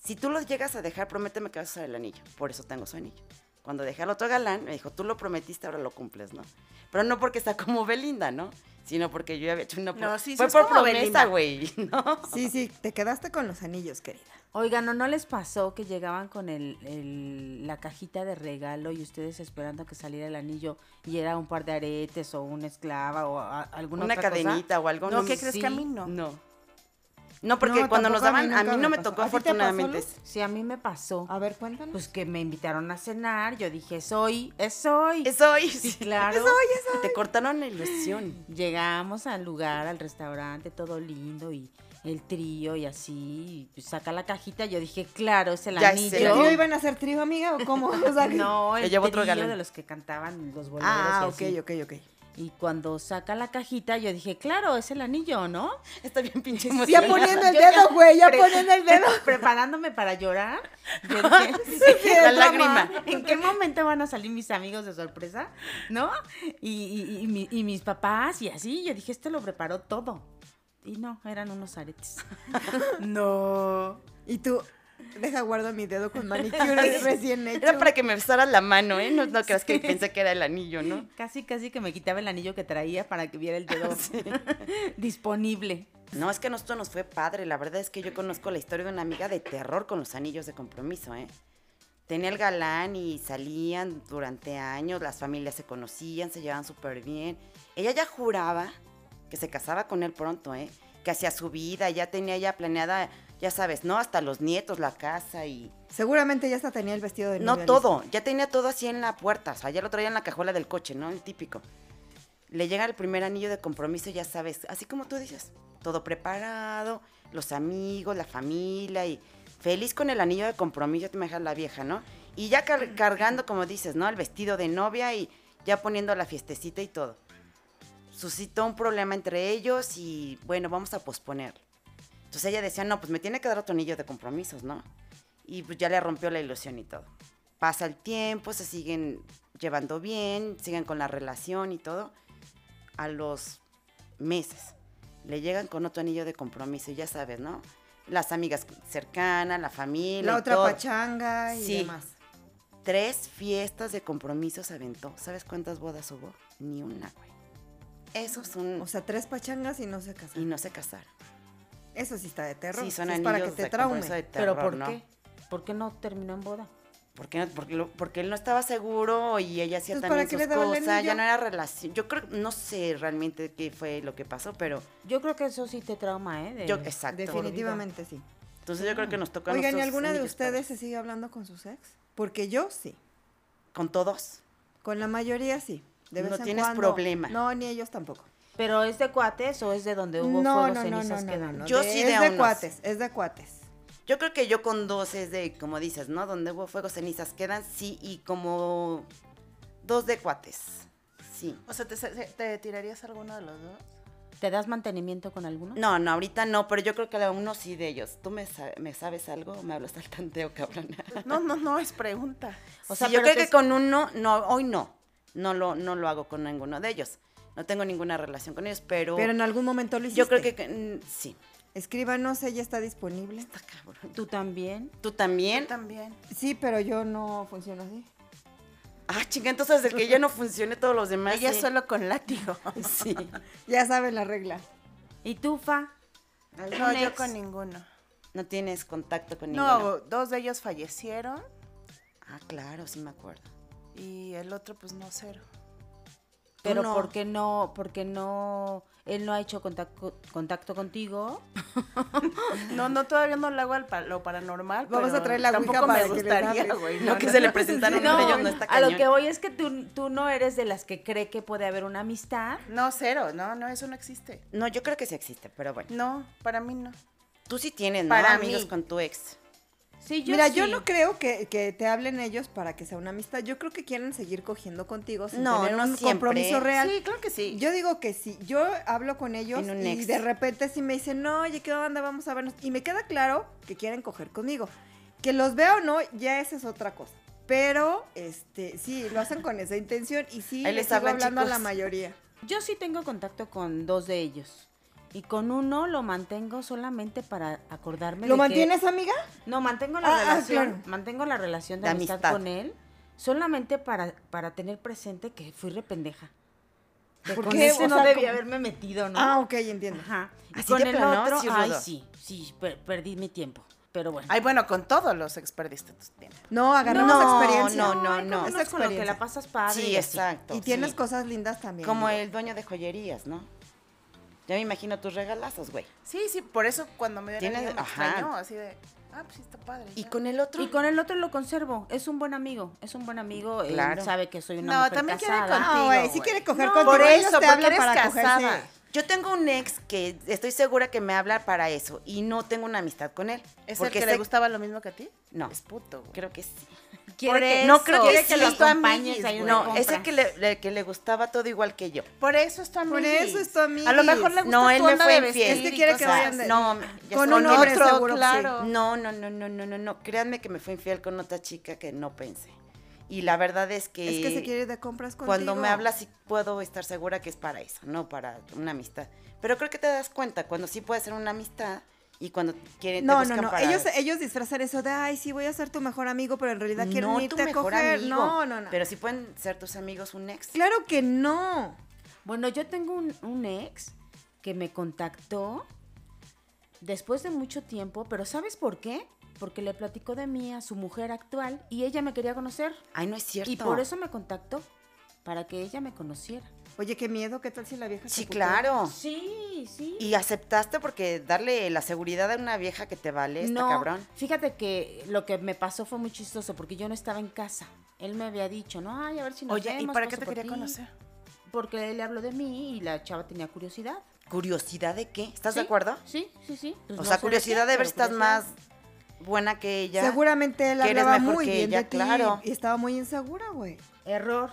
Speaker 4: si tú lo llegas a dejar, prométeme que vas a usar el anillo, por eso tengo su anillo. Cuando dejé al otro galán, me dijo, tú lo prometiste, ahora lo cumples, ¿no? Pero no porque está como Belinda, ¿no? Sino porque yo ya había hecho una... pro-
Speaker 5: No, sí, sí
Speaker 4: Fue
Speaker 5: es
Speaker 4: por
Speaker 5: como
Speaker 4: promesa,
Speaker 5: Belinda.
Speaker 4: güey, ¿no?
Speaker 2: Sí, sí, te quedaste con los anillos, querida.
Speaker 1: Oigan, ¿no, ¿no les pasó que llegaban con el, el- la cajita de regalo y ustedes esperando que saliera el anillo y era un par de aretes o una esclava o a- alguna
Speaker 4: una
Speaker 1: otra cosa?
Speaker 4: cadenita o algo.
Speaker 5: No, ¿qué crees
Speaker 1: sí,
Speaker 5: que a mí no?
Speaker 4: No. No, porque
Speaker 2: No,
Speaker 4: cuando nos
Speaker 2: tampoco a mí
Speaker 4: daban, a mí,
Speaker 2: nunca
Speaker 4: no
Speaker 2: me
Speaker 4: me
Speaker 2: pasó.
Speaker 4: tocó
Speaker 2: ¿A ti te pasó,
Speaker 4: afortunadamente.
Speaker 2: Luz?
Speaker 1: Sí, a mí me pasó.
Speaker 2: A ver, cuéntanos.
Speaker 1: Pues que me invitaron a cenar, yo dije, es hoy, es hoy.
Speaker 4: Es hoy.
Speaker 1: Sí, claro.
Speaker 4: Te cortaron la ilusión.
Speaker 1: Llegamos al lugar, al restaurante, todo lindo y el trío y así, y pues, saca la cajita, yo dije, claro, es el
Speaker 4: Ya es
Speaker 1: anillo.
Speaker 4: el
Speaker 2: ¿Tío
Speaker 4: yo-
Speaker 2: iban a ser trío, amiga, o cómo? O sea, que-
Speaker 1: No, el
Speaker 4: Ella va otro
Speaker 1: trío
Speaker 4: galán.
Speaker 1: de los que cantaban los boleros
Speaker 2: Ah,
Speaker 1: y
Speaker 2: ok,
Speaker 1: así.
Speaker 2: ok, ok.
Speaker 1: Y cuando saca la cajita, yo dije, claro, es el anillo, ¿no?
Speaker 4: Está bien pinche
Speaker 2: Ya
Speaker 4: emocionada.
Speaker 2: poniendo el dedo, güey, ya
Speaker 1: Pre-
Speaker 2: poniendo el dedo.
Speaker 1: Preparándome para llorar. Yo dije,
Speaker 2: Sí,
Speaker 4: La
Speaker 2: el
Speaker 4: lágrima.
Speaker 1: ¿En qué momento van a salir mis amigos de sorpresa? ¿No? Y, y- y mi- y mis papás y así. Yo dije, este lo preparó todo. Y no, eran unos aretes.
Speaker 5: No.
Speaker 2: Y tú, deja guardo mi dedo con manicure recién hecho.
Speaker 4: Era para que me besaras la mano, ¿eh? No, no creas que pensé que era el anillo, ¿no?
Speaker 1: Casi, casi que me quitaba el anillo que traía para que viera el dedo disponible.
Speaker 4: No, es que a nosotros nos fue padre. La verdad es que yo conozco la historia de una amiga de terror con los anillos de compromiso, ¿eh? Tenía el galán y salían durante años, las familias se conocían, se llevaban súper bien. Ella ya juraba que se casaba con él pronto, ¿eh? Que hacía su vida, ya tenía ya planeada, ya sabes, ¿no? Hasta los nietos, la casa y...
Speaker 2: Seguramente ya hasta tenía el vestido de
Speaker 4: No
Speaker 2: novia
Speaker 4: todo, ya tenía todo así en la puerta, o sea, ya lo traía en la cajuela del coche, ¿no? El típico. Le llega el primer anillo de compromiso, ya sabes, así como tú dices, todo preparado, los amigos, la familia y feliz con el anillo de compromiso, te me dejas la vieja, ¿no? Y ya car- cargando, como dices, ¿no? El vestido de novia y ya poniendo la fiestecita y todo. Suscitó un problema entre ellos y bueno, vamos a posponerlo. Entonces ella decía, no, pues me tiene que dar otro anillo de compromisos, ¿no? Y pues ya le rompió la ilusión y todo. Pasa el tiempo, se siguen llevando bien, siguen con la relación y todo. A los meses le llegan con otro anillo de compromiso, y ya sabes, ¿no? Las amigas cercanas, la
Speaker 2: anillo.
Speaker 4: familia.
Speaker 2: La
Speaker 4: y
Speaker 2: otra
Speaker 4: todo.
Speaker 2: pachanga y
Speaker 4: Sí.
Speaker 2: demás.
Speaker 4: Tres fiestas de compromiso se aventó. ¿Sabes cuántas bodas hubo? Ni una, güey. Eso es un...
Speaker 2: O sea, tres pachangas y no se
Speaker 4: y
Speaker 2: casaron.
Speaker 4: no se casaron.
Speaker 2: Eso sí está de terror.
Speaker 4: Sí, son
Speaker 2: Eso es
Speaker 4: anillos
Speaker 2: para que te
Speaker 4: de
Speaker 2: traume.
Speaker 4: compromiso de
Speaker 1: ¿Pero
Speaker 4: terror,
Speaker 1: por
Speaker 4: ¿no?
Speaker 1: qué? ¿Por qué no terminó en boda?
Speaker 4: ¿Por qué no? Porque, lo- porque él no estaba seguro y ella hacía
Speaker 2: Entonces,
Speaker 4: también
Speaker 2: ¿para qué
Speaker 4: sus
Speaker 2: le daba el
Speaker 4: cosas. Ya
Speaker 2: anillo?
Speaker 4: no era relación. Yo creo, no sé realmente qué fue lo que pasó, pero
Speaker 1: Yo creo que eso sí te trauma, ¿eh? De-
Speaker 4: yo, exacto.
Speaker 2: Definitivamente sí.
Speaker 4: Entonces yo creo que nos toca a
Speaker 2: Oigan, ¿y
Speaker 4: nosotros
Speaker 2: alguna de
Speaker 4: anillos
Speaker 2: ustedes
Speaker 4: padres.
Speaker 2: se sigue hablando con sus ex? Porque yo sí.
Speaker 4: Con todos.
Speaker 2: Con la mayoría sí. De vez
Speaker 4: No
Speaker 2: en
Speaker 4: tienes
Speaker 2: cuando.
Speaker 4: problema.
Speaker 2: No, ni ellos tampoco.
Speaker 1: ¿Pero es de cuates o es de donde hubo fuego, cenizas quedan?
Speaker 4: Yo sí de
Speaker 2: es
Speaker 4: a
Speaker 2: de
Speaker 4: unos.
Speaker 2: cuates, es de cuates.
Speaker 4: Yo creo que yo con dos es de, como dices, ¿no? Donde hubo fuego, cenizas quedan, sí, y como dos de cuates. Sí.
Speaker 5: O sea, ¿te, se- te tirarías alguno de los dos?
Speaker 1: ¿Te das mantenimiento con alguno?
Speaker 4: No, no, ahorita no, pero yo creo que a uno sí de ellos. ¿Tú me, sa- me sabes algo o me hablas al tanteo, cabrón?
Speaker 5: No, no, no, es pregunta.
Speaker 1: O sea,
Speaker 4: Sí, yo
Speaker 1: pero
Speaker 4: creo
Speaker 1: te-
Speaker 4: que con uno, no, hoy no. No lo, no lo hago con ninguno de ellos. No tengo ninguna relación con ellos, pero,
Speaker 2: Pero en algún momento lo hiciste.
Speaker 4: yo creo que mm, sí.
Speaker 2: Escríbanos, ella está disponible.
Speaker 4: Está cabrón.
Speaker 1: ¿Tú también?
Speaker 4: ¿Tú también?
Speaker 5: Yo también.
Speaker 2: Sí, pero yo no funciona así.
Speaker 4: Ah, chinga, entonces el que yo no funcione todos los demás.
Speaker 5: Ella
Speaker 4: Ah, sí.
Speaker 5: solo con látigo.
Speaker 4: Sí.
Speaker 2: Ya saben la regla.
Speaker 1: ¿Y tú, Fa?
Speaker 5: No,
Speaker 1: ¿Algún
Speaker 5: yo
Speaker 1: ex?
Speaker 5: con ninguno.
Speaker 4: No tienes contacto con ninguno.
Speaker 5: No, dos de ellos fallecieron
Speaker 4: Ah, claro, sí me acuerdo.
Speaker 5: y el otro pues no cero.
Speaker 1: Pero
Speaker 4: no.
Speaker 1: ¿por qué no? ¿Por qué no? Él no ha hecho contacto, contacto contigo.
Speaker 5: No, no, todavía no lo hago al pa- lo paranormal.
Speaker 2: Vamos
Speaker 5: pero
Speaker 2: a traer la ouija
Speaker 5: tampoco
Speaker 2: para
Speaker 5: me
Speaker 2: que les
Speaker 5: gustaría,
Speaker 2: hables.
Speaker 5: güey.
Speaker 4: Lo
Speaker 5: no,
Speaker 4: que
Speaker 5: no,
Speaker 4: se le
Speaker 5: no.
Speaker 4: presentaron
Speaker 1: No,
Speaker 4: a ellos no está
Speaker 1: a
Speaker 4: cañón.
Speaker 1: lo que voy es que tú, tú no eres de las que cree que puede haber una amistad.
Speaker 5: No, cero, no, no, eso no existe.
Speaker 4: No, yo creo que sí existe, pero bueno.
Speaker 5: No, para mí no.
Speaker 4: Tú sí tienes, ¿no?
Speaker 5: Para
Speaker 4: Amigos
Speaker 5: mí.
Speaker 4: con tu ex.
Speaker 1: Sí, yo
Speaker 2: Mira,
Speaker 1: sí.
Speaker 2: yo no creo que, que te hablen ellos para que sea una amistad. Yo creo que quieren seguir cogiendo contigo sin
Speaker 4: No,
Speaker 2: tener
Speaker 4: no
Speaker 2: un
Speaker 4: siempre.
Speaker 2: compromiso real.
Speaker 5: Sí, claro que sí.
Speaker 2: Yo digo que sí, yo hablo con ellos
Speaker 4: En un
Speaker 2: y
Speaker 4: ex.
Speaker 2: de repente si me dicen, no, oye, ¿qué onda? Vamos a vernos. Y me queda claro que quieren coger conmigo. Que los veo o no, ya esa es otra cosa. Pero, este, sí, lo hacen con esa intención y sí,
Speaker 4: Ahí
Speaker 2: les sigo
Speaker 4: les hablan,
Speaker 2: hablando a la
Speaker 4: chicos.
Speaker 2: mayoría.
Speaker 1: Yo sí tengo contacto con dos de ellos. Y con uno lo mantengo solamente para acordarme
Speaker 2: ¿Lo
Speaker 1: de que-
Speaker 2: mantienes, amiga?
Speaker 1: No, mantengo la
Speaker 2: Ah, ah,
Speaker 1: relación,
Speaker 2: claro.
Speaker 1: mantengo la relación de,
Speaker 4: De
Speaker 1: amistad,
Speaker 4: amistad.
Speaker 1: con él solamente para, para tener presente que fui rependeja. Que
Speaker 2: ¿Por
Speaker 1: con
Speaker 2: qué?
Speaker 1: ese
Speaker 2: O
Speaker 1: no
Speaker 2: sea,
Speaker 1: debía
Speaker 2: como-
Speaker 1: haberme metido, ¿no?
Speaker 2: Ah, ok, entiendo.
Speaker 1: Ajá. Y
Speaker 4: ¿Así
Speaker 1: con
Speaker 4: de
Speaker 1: el
Speaker 4: plano?
Speaker 1: otro,
Speaker 4: Sí,
Speaker 1: ay,
Speaker 4: rudo.
Speaker 1: sí, sí, per- perdí mi tiempo. Pero bueno.
Speaker 5: Ay, bueno, con todos los ex perdiste tus tiempos.
Speaker 2: No, agarramos
Speaker 4: No,
Speaker 2: experiencia.
Speaker 4: no, no,
Speaker 1: Ay,
Speaker 4: no.
Speaker 1: con
Speaker 2: Es
Speaker 1: unos con lo que
Speaker 2: experiencia.
Speaker 1: la pasas padre.
Speaker 4: Sí,
Speaker 1: y así.
Speaker 4: exacto.
Speaker 2: Y tienes
Speaker 4: sí.
Speaker 2: cosas lindas también.
Speaker 4: Como
Speaker 2: amiga.
Speaker 4: el dueño de joyerías, ¿no? Ya me imagino tus regalazos, güey.
Speaker 5: Sí, sí, por eso cuando me dieron
Speaker 4: Tienes-
Speaker 5: me
Speaker 4: ajá.
Speaker 5: extrañó, así de, ah, pues sí está padre.
Speaker 4: Y
Speaker 5: ya.
Speaker 4: con el otro.
Speaker 1: Y con el otro lo conservo. Es un buen amigo. Es un buen amigo. él
Speaker 4: Claro.
Speaker 1: sabe que soy una
Speaker 5: No,
Speaker 1: mujer
Speaker 5: también quiere
Speaker 1: casada.
Speaker 5: contigo,
Speaker 2: Ah, güey, si
Speaker 5: güey.
Speaker 2: quiere coger
Speaker 5: No,
Speaker 2: contigo,
Speaker 5: por
Speaker 2: ellos
Speaker 5: eso,
Speaker 2: te
Speaker 5: porque
Speaker 2: hablan
Speaker 5: eres
Speaker 2: para
Speaker 5: casada.
Speaker 2: cogerse.
Speaker 4: Yo tengo un ex que estoy segura que me habla para eso y no tengo una amistad con él.
Speaker 5: ¿Es
Speaker 4: porque
Speaker 5: el que
Speaker 4: sé-
Speaker 5: le gustaba lo mismo que a ti?
Speaker 4: No.
Speaker 5: Es puto, güey.
Speaker 4: Creo que sí.
Speaker 1: Quiere
Speaker 5: Por
Speaker 1: que,
Speaker 5: eso.
Speaker 1: no creo que,
Speaker 5: Quiere
Speaker 1: sí
Speaker 5: que
Speaker 1: lo
Speaker 5: los tu
Speaker 1: acompañes
Speaker 5: amiguis,
Speaker 1: ahí en
Speaker 5: güey.
Speaker 1: una
Speaker 4: No,
Speaker 1: compra.
Speaker 4: ese que le, le- que le gustaba todo igual que yo.
Speaker 5: Por eso es tu amigo.
Speaker 2: Por eso es tu amiguis.
Speaker 5: A lo mejor le gusta
Speaker 4: No,
Speaker 5: tu
Speaker 4: él me
Speaker 5: onda
Speaker 4: fue
Speaker 5: de vestir
Speaker 4: infiel.
Speaker 2: Es que
Speaker 5: y
Speaker 2: quiere que
Speaker 5: cosas.
Speaker 2: vayan de-
Speaker 4: No, ya
Speaker 2: Con
Speaker 4: sé,
Speaker 2: un
Speaker 4: no,
Speaker 2: hombre
Speaker 4: otro,
Speaker 2: seguro que
Speaker 5: claro.
Speaker 4: No, no, no, no, no, no, no. Créanme que me fue infiel con otra chica que no pensé. Y la verdad es que.
Speaker 2: Es que se quiere ir de compras contigo.
Speaker 4: Cuando me hablas sí puedo estar segura que es para eso, no para una amistad. Pero creo que te das cuenta cuando sí puede ser una amistad y cuando quieren te
Speaker 2: No, no,
Speaker 4: buscan
Speaker 2: no.
Speaker 4: para-
Speaker 2: Ellos, eh, ellos disfrazan eso de, ay, sí, voy a ser tu mejor amigo, pero en realidad quieren
Speaker 4: no tu
Speaker 2: irte a
Speaker 4: mejor
Speaker 2: coger.
Speaker 4: amigo.
Speaker 2: No, no, no.
Speaker 4: Pero sí pueden ser tus amigos un ex.
Speaker 2: Claro que no.
Speaker 1: Bueno, yo tengo un, un ex que me contactó después de mucho tiempo, pero ¿sabes por qué? Porque le platicó de mí a su mujer actual y ella me quería conocer.
Speaker 4: Ay, no es cierto.
Speaker 1: Y por eso me contactó, para que ella me conociera.
Speaker 2: Oye, qué miedo, ¿qué tal si la vieja se
Speaker 4: Sí,
Speaker 2: putea?
Speaker 4: claro.
Speaker 1: Sí, sí.
Speaker 4: Oh. Y aceptaste porque darle la seguridad a una vieja que te vale está cabrón.
Speaker 1: Fíjate que lo que me pasó fue muy chistoso porque yo no estaba en casa. Él me había dicho, no, ay, a ver si nos
Speaker 5: Oye, ¿y
Speaker 1: vemos,
Speaker 5: para qué
Speaker 1: paso
Speaker 5: te
Speaker 1: por
Speaker 5: quería
Speaker 1: ti".
Speaker 5: conocer?
Speaker 1: Porque él le habló de mí y la chava tenía curiosidad.
Speaker 4: ¿Curiosidad de qué? ¿Estás de
Speaker 1: Sí,
Speaker 4: acuerdo?
Speaker 1: Sí, sí, sí. Pues
Speaker 4: o
Speaker 1: no
Speaker 4: sea,
Speaker 1: sé
Speaker 4: curiosidad
Speaker 1: qué,
Speaker 4: de ver
Speaker 1: pero pues
Speaker 4: si estás
Speaker 1: curiosidad.
Speaker 4: más buena que ella.
Speaker 2: Seguramente él
Speaker 4: Que eres
Speaker 2: hablaba
Speaker 4: mejor
Speaker 2: muy
Speaker 4: que
Speaker 2: bien de
Speaker 4: ella,
Speaker 2: ti
Speaker 4: claro.
Speaker 2: y estaba muy insegura, güey.
Speaker 1: Error.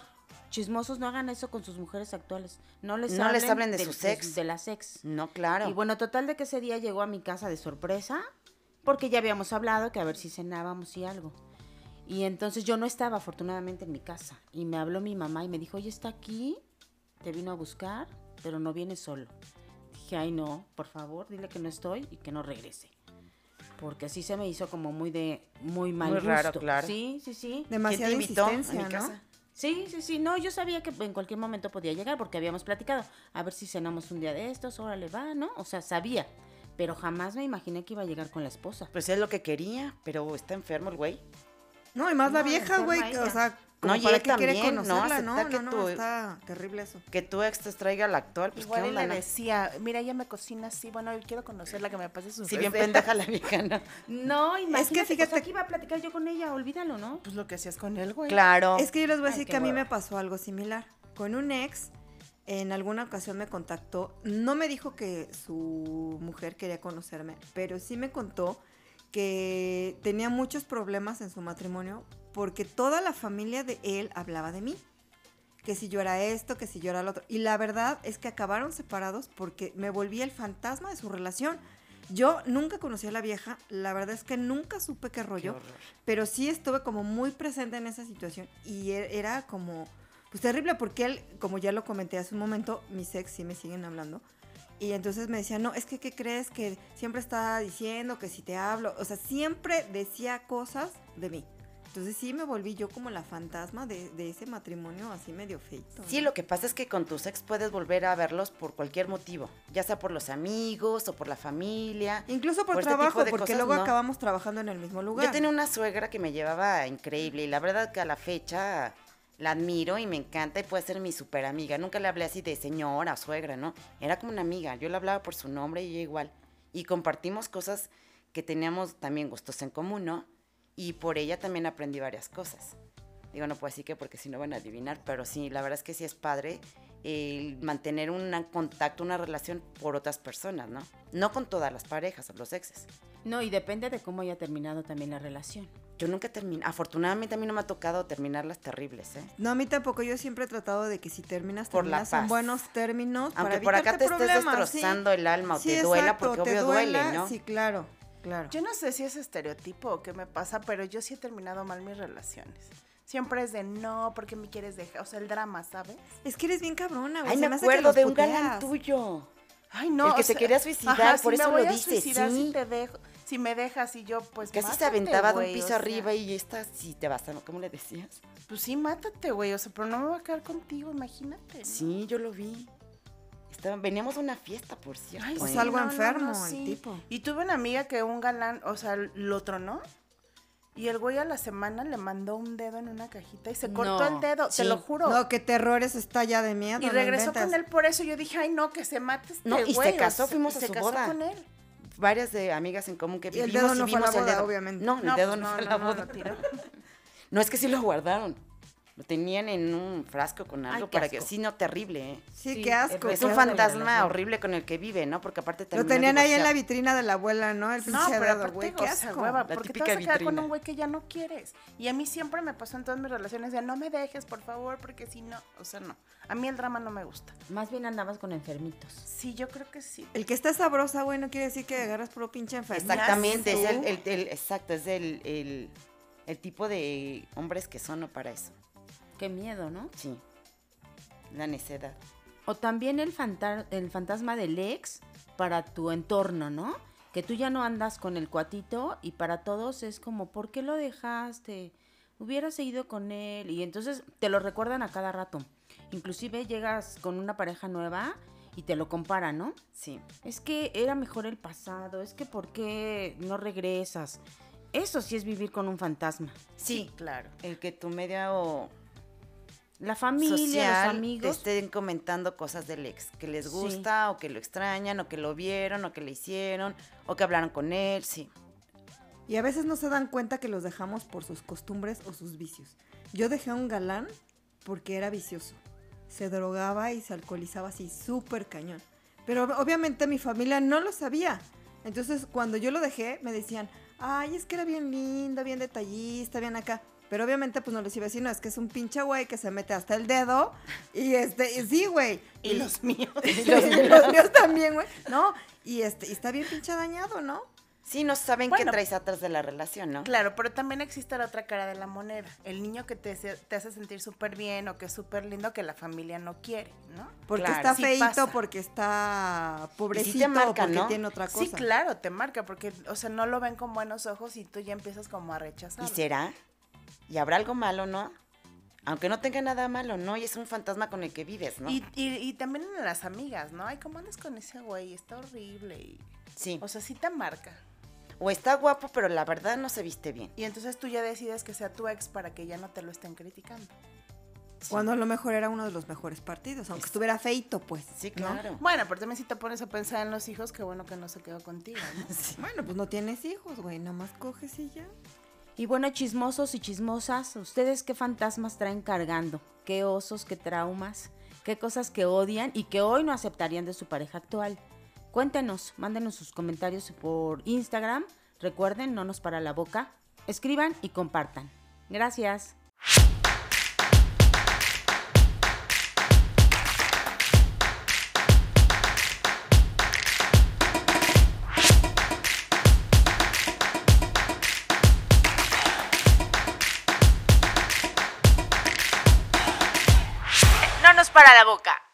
Speaker 1: Chismosos no hagan eso con sus mujeres actuales. No les
Speaker 4: No
Speaker 1: hablen,
Speaker 4: les hablen de sus
Speaker 1: de,
Speaker 4: ex.
Speaker 1: de las ex.
Speaker 4: No, claro.
Speaker 1: Y bueno, total de que ese día llegó a mi casa de sorpresa, porque ya habíamos hablado que a ver si cenábamos y algo. Y entonces yo no estaba afortunadamente en mi casa. Y me habló mi mamá y me dijo, oye, está aquí, te vino a buscar, pero no viene solo. Dije, ay no, por favor, dile que no estoy y que no regrese. Porque sí se me hizo como muy de, muy mal
Speaker 4: Muy raro,
Speaker 1: gusto.
Speaker 4: claro.
Speaker 1: Sí, sí, sí.
Speaker 2: Demasiada
Speaker 4: ¿Quién te invitó a mi
Speaker 2: insistencia, ¿no?
Speaker 4: casa?
Speaker 1: Sí, sí, sí. No, yo sabía que en cualquier momento podía llegar porque habíamos platicado. A ver si cenamos un día de estos, órale, va, ¿no? O sea, sabía. Pero jamás me imaginé que iba a llegar con la esposa.
Speaker 4: Pues es lo que quería, pero está enfermo el güey.
Speaker 2: No, y más la
Speaker 1: No,
Speaker 2: vieja,
Speaker 1: enferma
Speaker 2: güey, que,
Speaker 1: ella.
Speaker 2: o sea, como
Speaker 4: No, y
Speaker 2: para
Speaker 4: él
Speaker 2: qué quiere
Speaker 4: también, ¿no?
Speaker 2: conocerla, ¿no?
Speaker 4: Aceptar
Speaker 2: No,
Speaker 4: que
Speaker 2: no,
Speaker 4: tú-
Speaker 2: está terrible eso.
Speaker 4: Que tu ex te traiga la actual, pues
Speaker 5: Igual
Speaker 4: qué
Speaker 5: él
Speaker 4: onda,
Speaker 5: le
Speaker 4: ¿no?
Speaker 5: decía, mira, ella me cocina así, bueno, yo quiero conocerla, que me pase su
Speaker 4: Si bien
Speaker 5: receta".
Speaker 4: pendeja la vieja, ¿no?
Speaker 1: No, imagínate. Es que fíjate.
Speaker 2: fíjate-
Speaker 1: que iba a platicar yo con ella, olvídalo, ¿no?
Speaker 5: Pues lo que hacías con él, güey.
Speaker 4: Claro.
Speaker 2: Es que yo les voy a
Speaker 1: Ay,
Speaker 2: decir
Speaker 1: qué
Speaker 2: que a mí
Speaker 1: hueva.
Speaker 2: me pasó algo similar. Con un ex, en alguna ocasión me contactó, no me dijo que su mujer quería conocerme, pero sí me contó que tenía muchos problemas en su matrimonio porque toda la familia de él hablaba de mí. Que si yo era esto, que si yo era lo otro. Y la verdad es que acabaron separados porque me volví el fantasma de su relación. Yo nunca conocí a la vieja, la verdad es que nunca supe qué rollo pero sí estuve como muy presente en esa situación y e- era como pues terrible porque él, como ya lo comenté hace un momento, mis ex sí me siguen hablando y entonces me decía, no, es que ¿qué crees? Que siempre está diciendo que si te hablo, o sea, siempre decía cosas de mí. Entonces sí me volví yo como la fantasma de, de ese matrimonio así medio feito.
Speaker 4: Sí, lo que pasa es que con tus ex puedes volver a verlos por cualquier motivo, ya sea por los amigos o por la familia.
Speaker 2: Incluso por,
Speaker 4: por este tipo
Speaker 2: trabajo,
Speaker 4: de
Speaker 2: porque
Speaker 4: cosas,
Speaker 2: luego
Speaker 4: no.
Speaker 2: acabamos trabajando en el mismo lugar.
Speaker 4: Yo tenía una suegra que me llevaba increíble y la verdad que a la fecha La admiro y me encanta y puede ser mi super amiga. Nunca le hablé así de señora o suegra, ¿no? Era como una amiga. Yo le hablaba por su nombre y ella igual. Y compartimos cosas que teníamos también gustos en común, ¿no? Y por ella también aprendí varias cosas. Digo, no, pues sí que porque si no van a adivinar, pero sí, la verdad es que sí es padre el mantener un contacto, una relación por otras personas, ¿no? No con todas las parejas o los exes.
Speaker 1: No, y depende de cómo haya terminado también la relación.
Speaker 4: Yo nunca terminé, afortunadamente a mí no me ha tocado terminar las terribles, ¿eh?
Speaker 2: No, a mí tampoco. Yo siempre he tratado de que si terminas,
Speaker 4: Por la
Speaker 2: terminas en
Speaker 4: paz.
Speaker 2: buenos términos.
Speaker 4: Aunque
Speaker 2: para
Speaker 4: por acá te
Speaker 2: evitarte
Speaker 4: estés
Speaker 2: problemas, sí.
Speaker 4: destrozando el alma o
Speaker 2: Sí,
Speaker 4: te duela,
Speaker 2: exacto,
Speaker 4: porque
Speaker 2: te
Speaker 4: obvio
Speaker 2: duela,
Speaker 4: duele, ¿no?
Speaker 2: Sí, claro, claro.
Speaker 5: Yo no sé si es estereotipo o qué me pasa, pero yo sí he terminado mal mis relaciones. Siempre es de no, porque me quieres dejar. O sea, el drama, ¿sabes?
Speaker 2: Es que eres bien cabrona, güey.
Speaker 4: Ay,
Speaker 2: se
Speaker 4: me
Speaker 2: me hace que
Speaker 4: acuerdo
Speaker 2: los
Speaker 4: de un
Speaker 2: puteas.
Speaker 4: galán tuyo.
Speaker 5: Ay, no.
Speaker 4: El que
Speaker 5: o
Speaker 4: se
Speaker 5: sea,
Speaker 4: quería suicidar,
Speaker 5: ajá,
Speaker 4: por
Speaker 5: si
Speaker 4: eso
Speaker 5: me voy
Speaker 4: lo
Speaker 5: a
Speaker 4: dices,
Speaker 5: suicidar
Speaker 4: sí.
Speaker 5: Si, te dejo, si me dejas y yo, pues.
Speaker 4: Casi se
Speaker 5: mátate,
Speaker 4: aventaba de
Speaker 5: güey,
Speaker 4: un
Speaker 5: o
Speaker 4: piso
Speaker 5: sea.
Speaker 4: arriba y esta sí te vas a... ¿Cómo le decías?
Speaker 5: Pues sí, mátate, güey. O sea, pero no me voy a quedar contigo, imagínate. ¿no?
Speaker 4: Sí, yo lo vi. Estaba- veníamos a una fiesta, por cierto.
Speaker 5: Ay,
Speaker 4: ¿eh?
Speaker 2: pues, algo enfermo el tipo.
Speaker 5: Y tuve una amiga que un galán, o sea, lo tronó. Y el güey a la semana le mandó un dedo en una cajita y se cortó
Speaker 1: No,
Speaker 5: el dedo,
Speaker 4: sí.
Speaker 5: te lo juro.
Speaker 2: No, qué terrores está ya de miedo.
Speaker 5: y
Speaker 2: no
Speaker 5: regresó
Speaker 2: inventas.
Speaker 5: con él por eso. Yo dije, ay, no, que se mate este
Speaker 4: No, y se
Speaker 5: güey", o
Speaker 4: casó,
Speaker 5: sea,
Speaker 4: fuimos
Speaker 5: y
Speaker 4: a
Speaker 5: se
Speaker 4: su
Speaker 5: casó
Speaker 4: boda.
Speaker 5: con él.
Speaker 4: Varias de amigas en común que
Speaker 2: Y el
Speaker 4: vivimos
Speaker 2: dedo no fue a la
Speaker 4: vimos el
Speaker 2: boda,
Speaker 4: dedo.
Speaker 2: obviamente.
Speaker 4: No, el
Speaker 5: No,
Speaker 4: dedo
Speaker 5: pues
Speaker 4: no,
Speaker 5: no,
Speaker 4: fue a
Speaker 5: no,
Speaker 4: la
Speaker 5: no,
Speaker 4: boda.
Speaker 5: lo tiró.
Speaker 4: No, es que sí lo guardaron. Lo tenían en un frasco con algo
Speaker 1: qué
Speaker 4: para
Speaker 1: asco.
Speaker 4: que... Sí, no, terrible, ¿eh?
Speaker 2: Sí,
Speaker 1: Sí,
Speaker 2: qué asco.
Speaker 1: Pues
Speaker 4: Es un
Speaker 1: claro,
Speaker 4: fantasma
Speaker 1: relación.
Speaker 4: horrible con el que vive, ¿no? Porque aparte
Speaker 2: Lo
Speaker 4: terminó
Speaker 2: tenían ahí en la
Speaker 4: divorciado.
Speaker 2: vitrina de la abuela, ¿no? El
Speaker 5: No,
Speaker 2: pinche
Speaker 5: pero
Speaker 2: dedo,
Speaker 5: aparte,
Speaker 2: güey. Qué
Speaker 5: o sea,
Speaker 2: asco.
Speaker 5: hueva,
Speaker 4: La
Speaker 5: porque te
Speaker 4: típica
Speaker 5: vas a quedar con
Speaker 4: vitrina.
Speaker 5: un güey que ya no quieres. Y a mí siempre me pasó en todas mis relaciones de no me dejes, por favor, porque si no, o sea, no. A mí el drama no me gusta.
Speaker 1: Más bien andabas con enfermitos.
Speaker 5: Sí, yo creo que sí.
Speaker 2: El que está sabrosa, güey, no quiere decir que agarras puro pinche enfermo.
Speaker 4: Exactamente, es el,
Speaker 2: Tú.
Speaker 4: el- el- exacto, es el, el- el tipo de hombres que son ¿no? para eso.
Speaker 1: Qué miedo, ¿no?
Speaker 4: Sí. La necedad.
Speaker 1: O también el, fantar- el fantasma del ex para tu entorno, ¿no? Que tú ya no andas con el cuatito y para todos es como, ¿por qué lo dejaste? Hubieras seguido con él. Y entonces te lo recuerdan a cada rato. Inclusive llegas con una pareja nueva y te lo comparan, ¿no?
Speaker 4: Sí.
Speaker 1: Es que era mejor el pasado, es que ¿por qué no regresas? Eso sí es vivir con un fantasma.
Speaker 4: Sí,
Speaker 5: claro.
Speaker 4: el que tu medio
Speaker 1: La familia,
Speaker 4: social
Speaker 1: los
Speaker 4: te
Speaker 1: amigos.
Speaker 4: estén comentando cosas del ex, que les
Speaker 1: Sí.
Speaker 4: gusta o que lo extrañan o que lo vieron o que le hicieron o que hablaron con él, sí.
Speaker 2: Y a veces no se dan cuenta que los dejamos por sus costumbres o sus vicios. Yo dejé a un galán porque era vicioso. Se drogaba y se alcoholizaba así súper cañón. Pero ob- obviamente mi familia no lo sabía. Entonces cuando yo lo dejé me decían, ay, es que era bien lindo, bien detallista, bien acá. Pero obviamente pues no les iba a decir, no, es que es un pinche güey que se mete hasta el dedo. Y este, y sí, güey.
Speaker 5: Y los míos.
Speaker 2: y los míos también, güey. No, y este, y está bien pinche dañado, ¿no?
Speaker 4: Sí, no saben qué
Speaker 5: Bueno.
Speaker 4: traes atrás de la relación, ¿no?
Speaker 5: Claro, pero también existe la otra cara de la moneda. El niño que te, se- te hace sentir súper bien o que es súper lindo que la familia no quiere, ¿no?
Speaker 2: Porque
Speaker 4: Claro.
Speaker 2: está
Speaker 5: Sí
Speaker 2: feíto,
Speaker 5: pasa.
Speaker 2: porque está pobrecito,
Speaker 4: marca,
Speaker 2: porque
Speaker 4: ¿no?
Speaker 2: tiene otra cosa.
Speaker 5: Sí, claro, te marca porque, o sea, no lo ven con buenos ojos y tú ya empiezas como a rechazar.
Speaker 4: ¿Y será? ¿Y habrá algo malo, no? Aunque no tenga nada malo, ¿no? Y es un fantasma con el que vives, ¿no?
Speaker 5: Y, y- y también en las amigas, ¿no? Ay, ¿cómo andas con ese güey? Está horrible. y-
Speaker 4: sí.
Speaker 5: o sea, sí te marca.
Speaker 4: O está guapo, pero la verdad no se viste bien.
Speaker 5: Y entonces tú ya decides que sea tu ex para que ya no te lo estén criticando.
Speaker 2: Cuando a lo mejor era uno de los mejores partidos, aunque estuviera feito, pues.
Speaker 4: Sí,
Speaker 2: ¿no?
Speaker 4: claro.
Speaker 5: Bueno, pero también si te pones a pensar en los hijos, qué bueno que no se quedó contigo. ¿no?
Speaker 2: Bueno, pues no tienes hijos, güey, nada más coges y ya.
Speaker 1: Y bueno, chismosos y chismosas, ¿ustedes qué fantasmas traen cargando? ¿Qué osos, qué traumas? ¿Qué cosas que odian y que hoy no aceptarían de su pareja actual? Cuéntenos, mándenos sus comentarios por Instagram. Recuerden, no nos para la boca. Escriban y compartan. Gracias.
Speaker 3: No nos para la boca.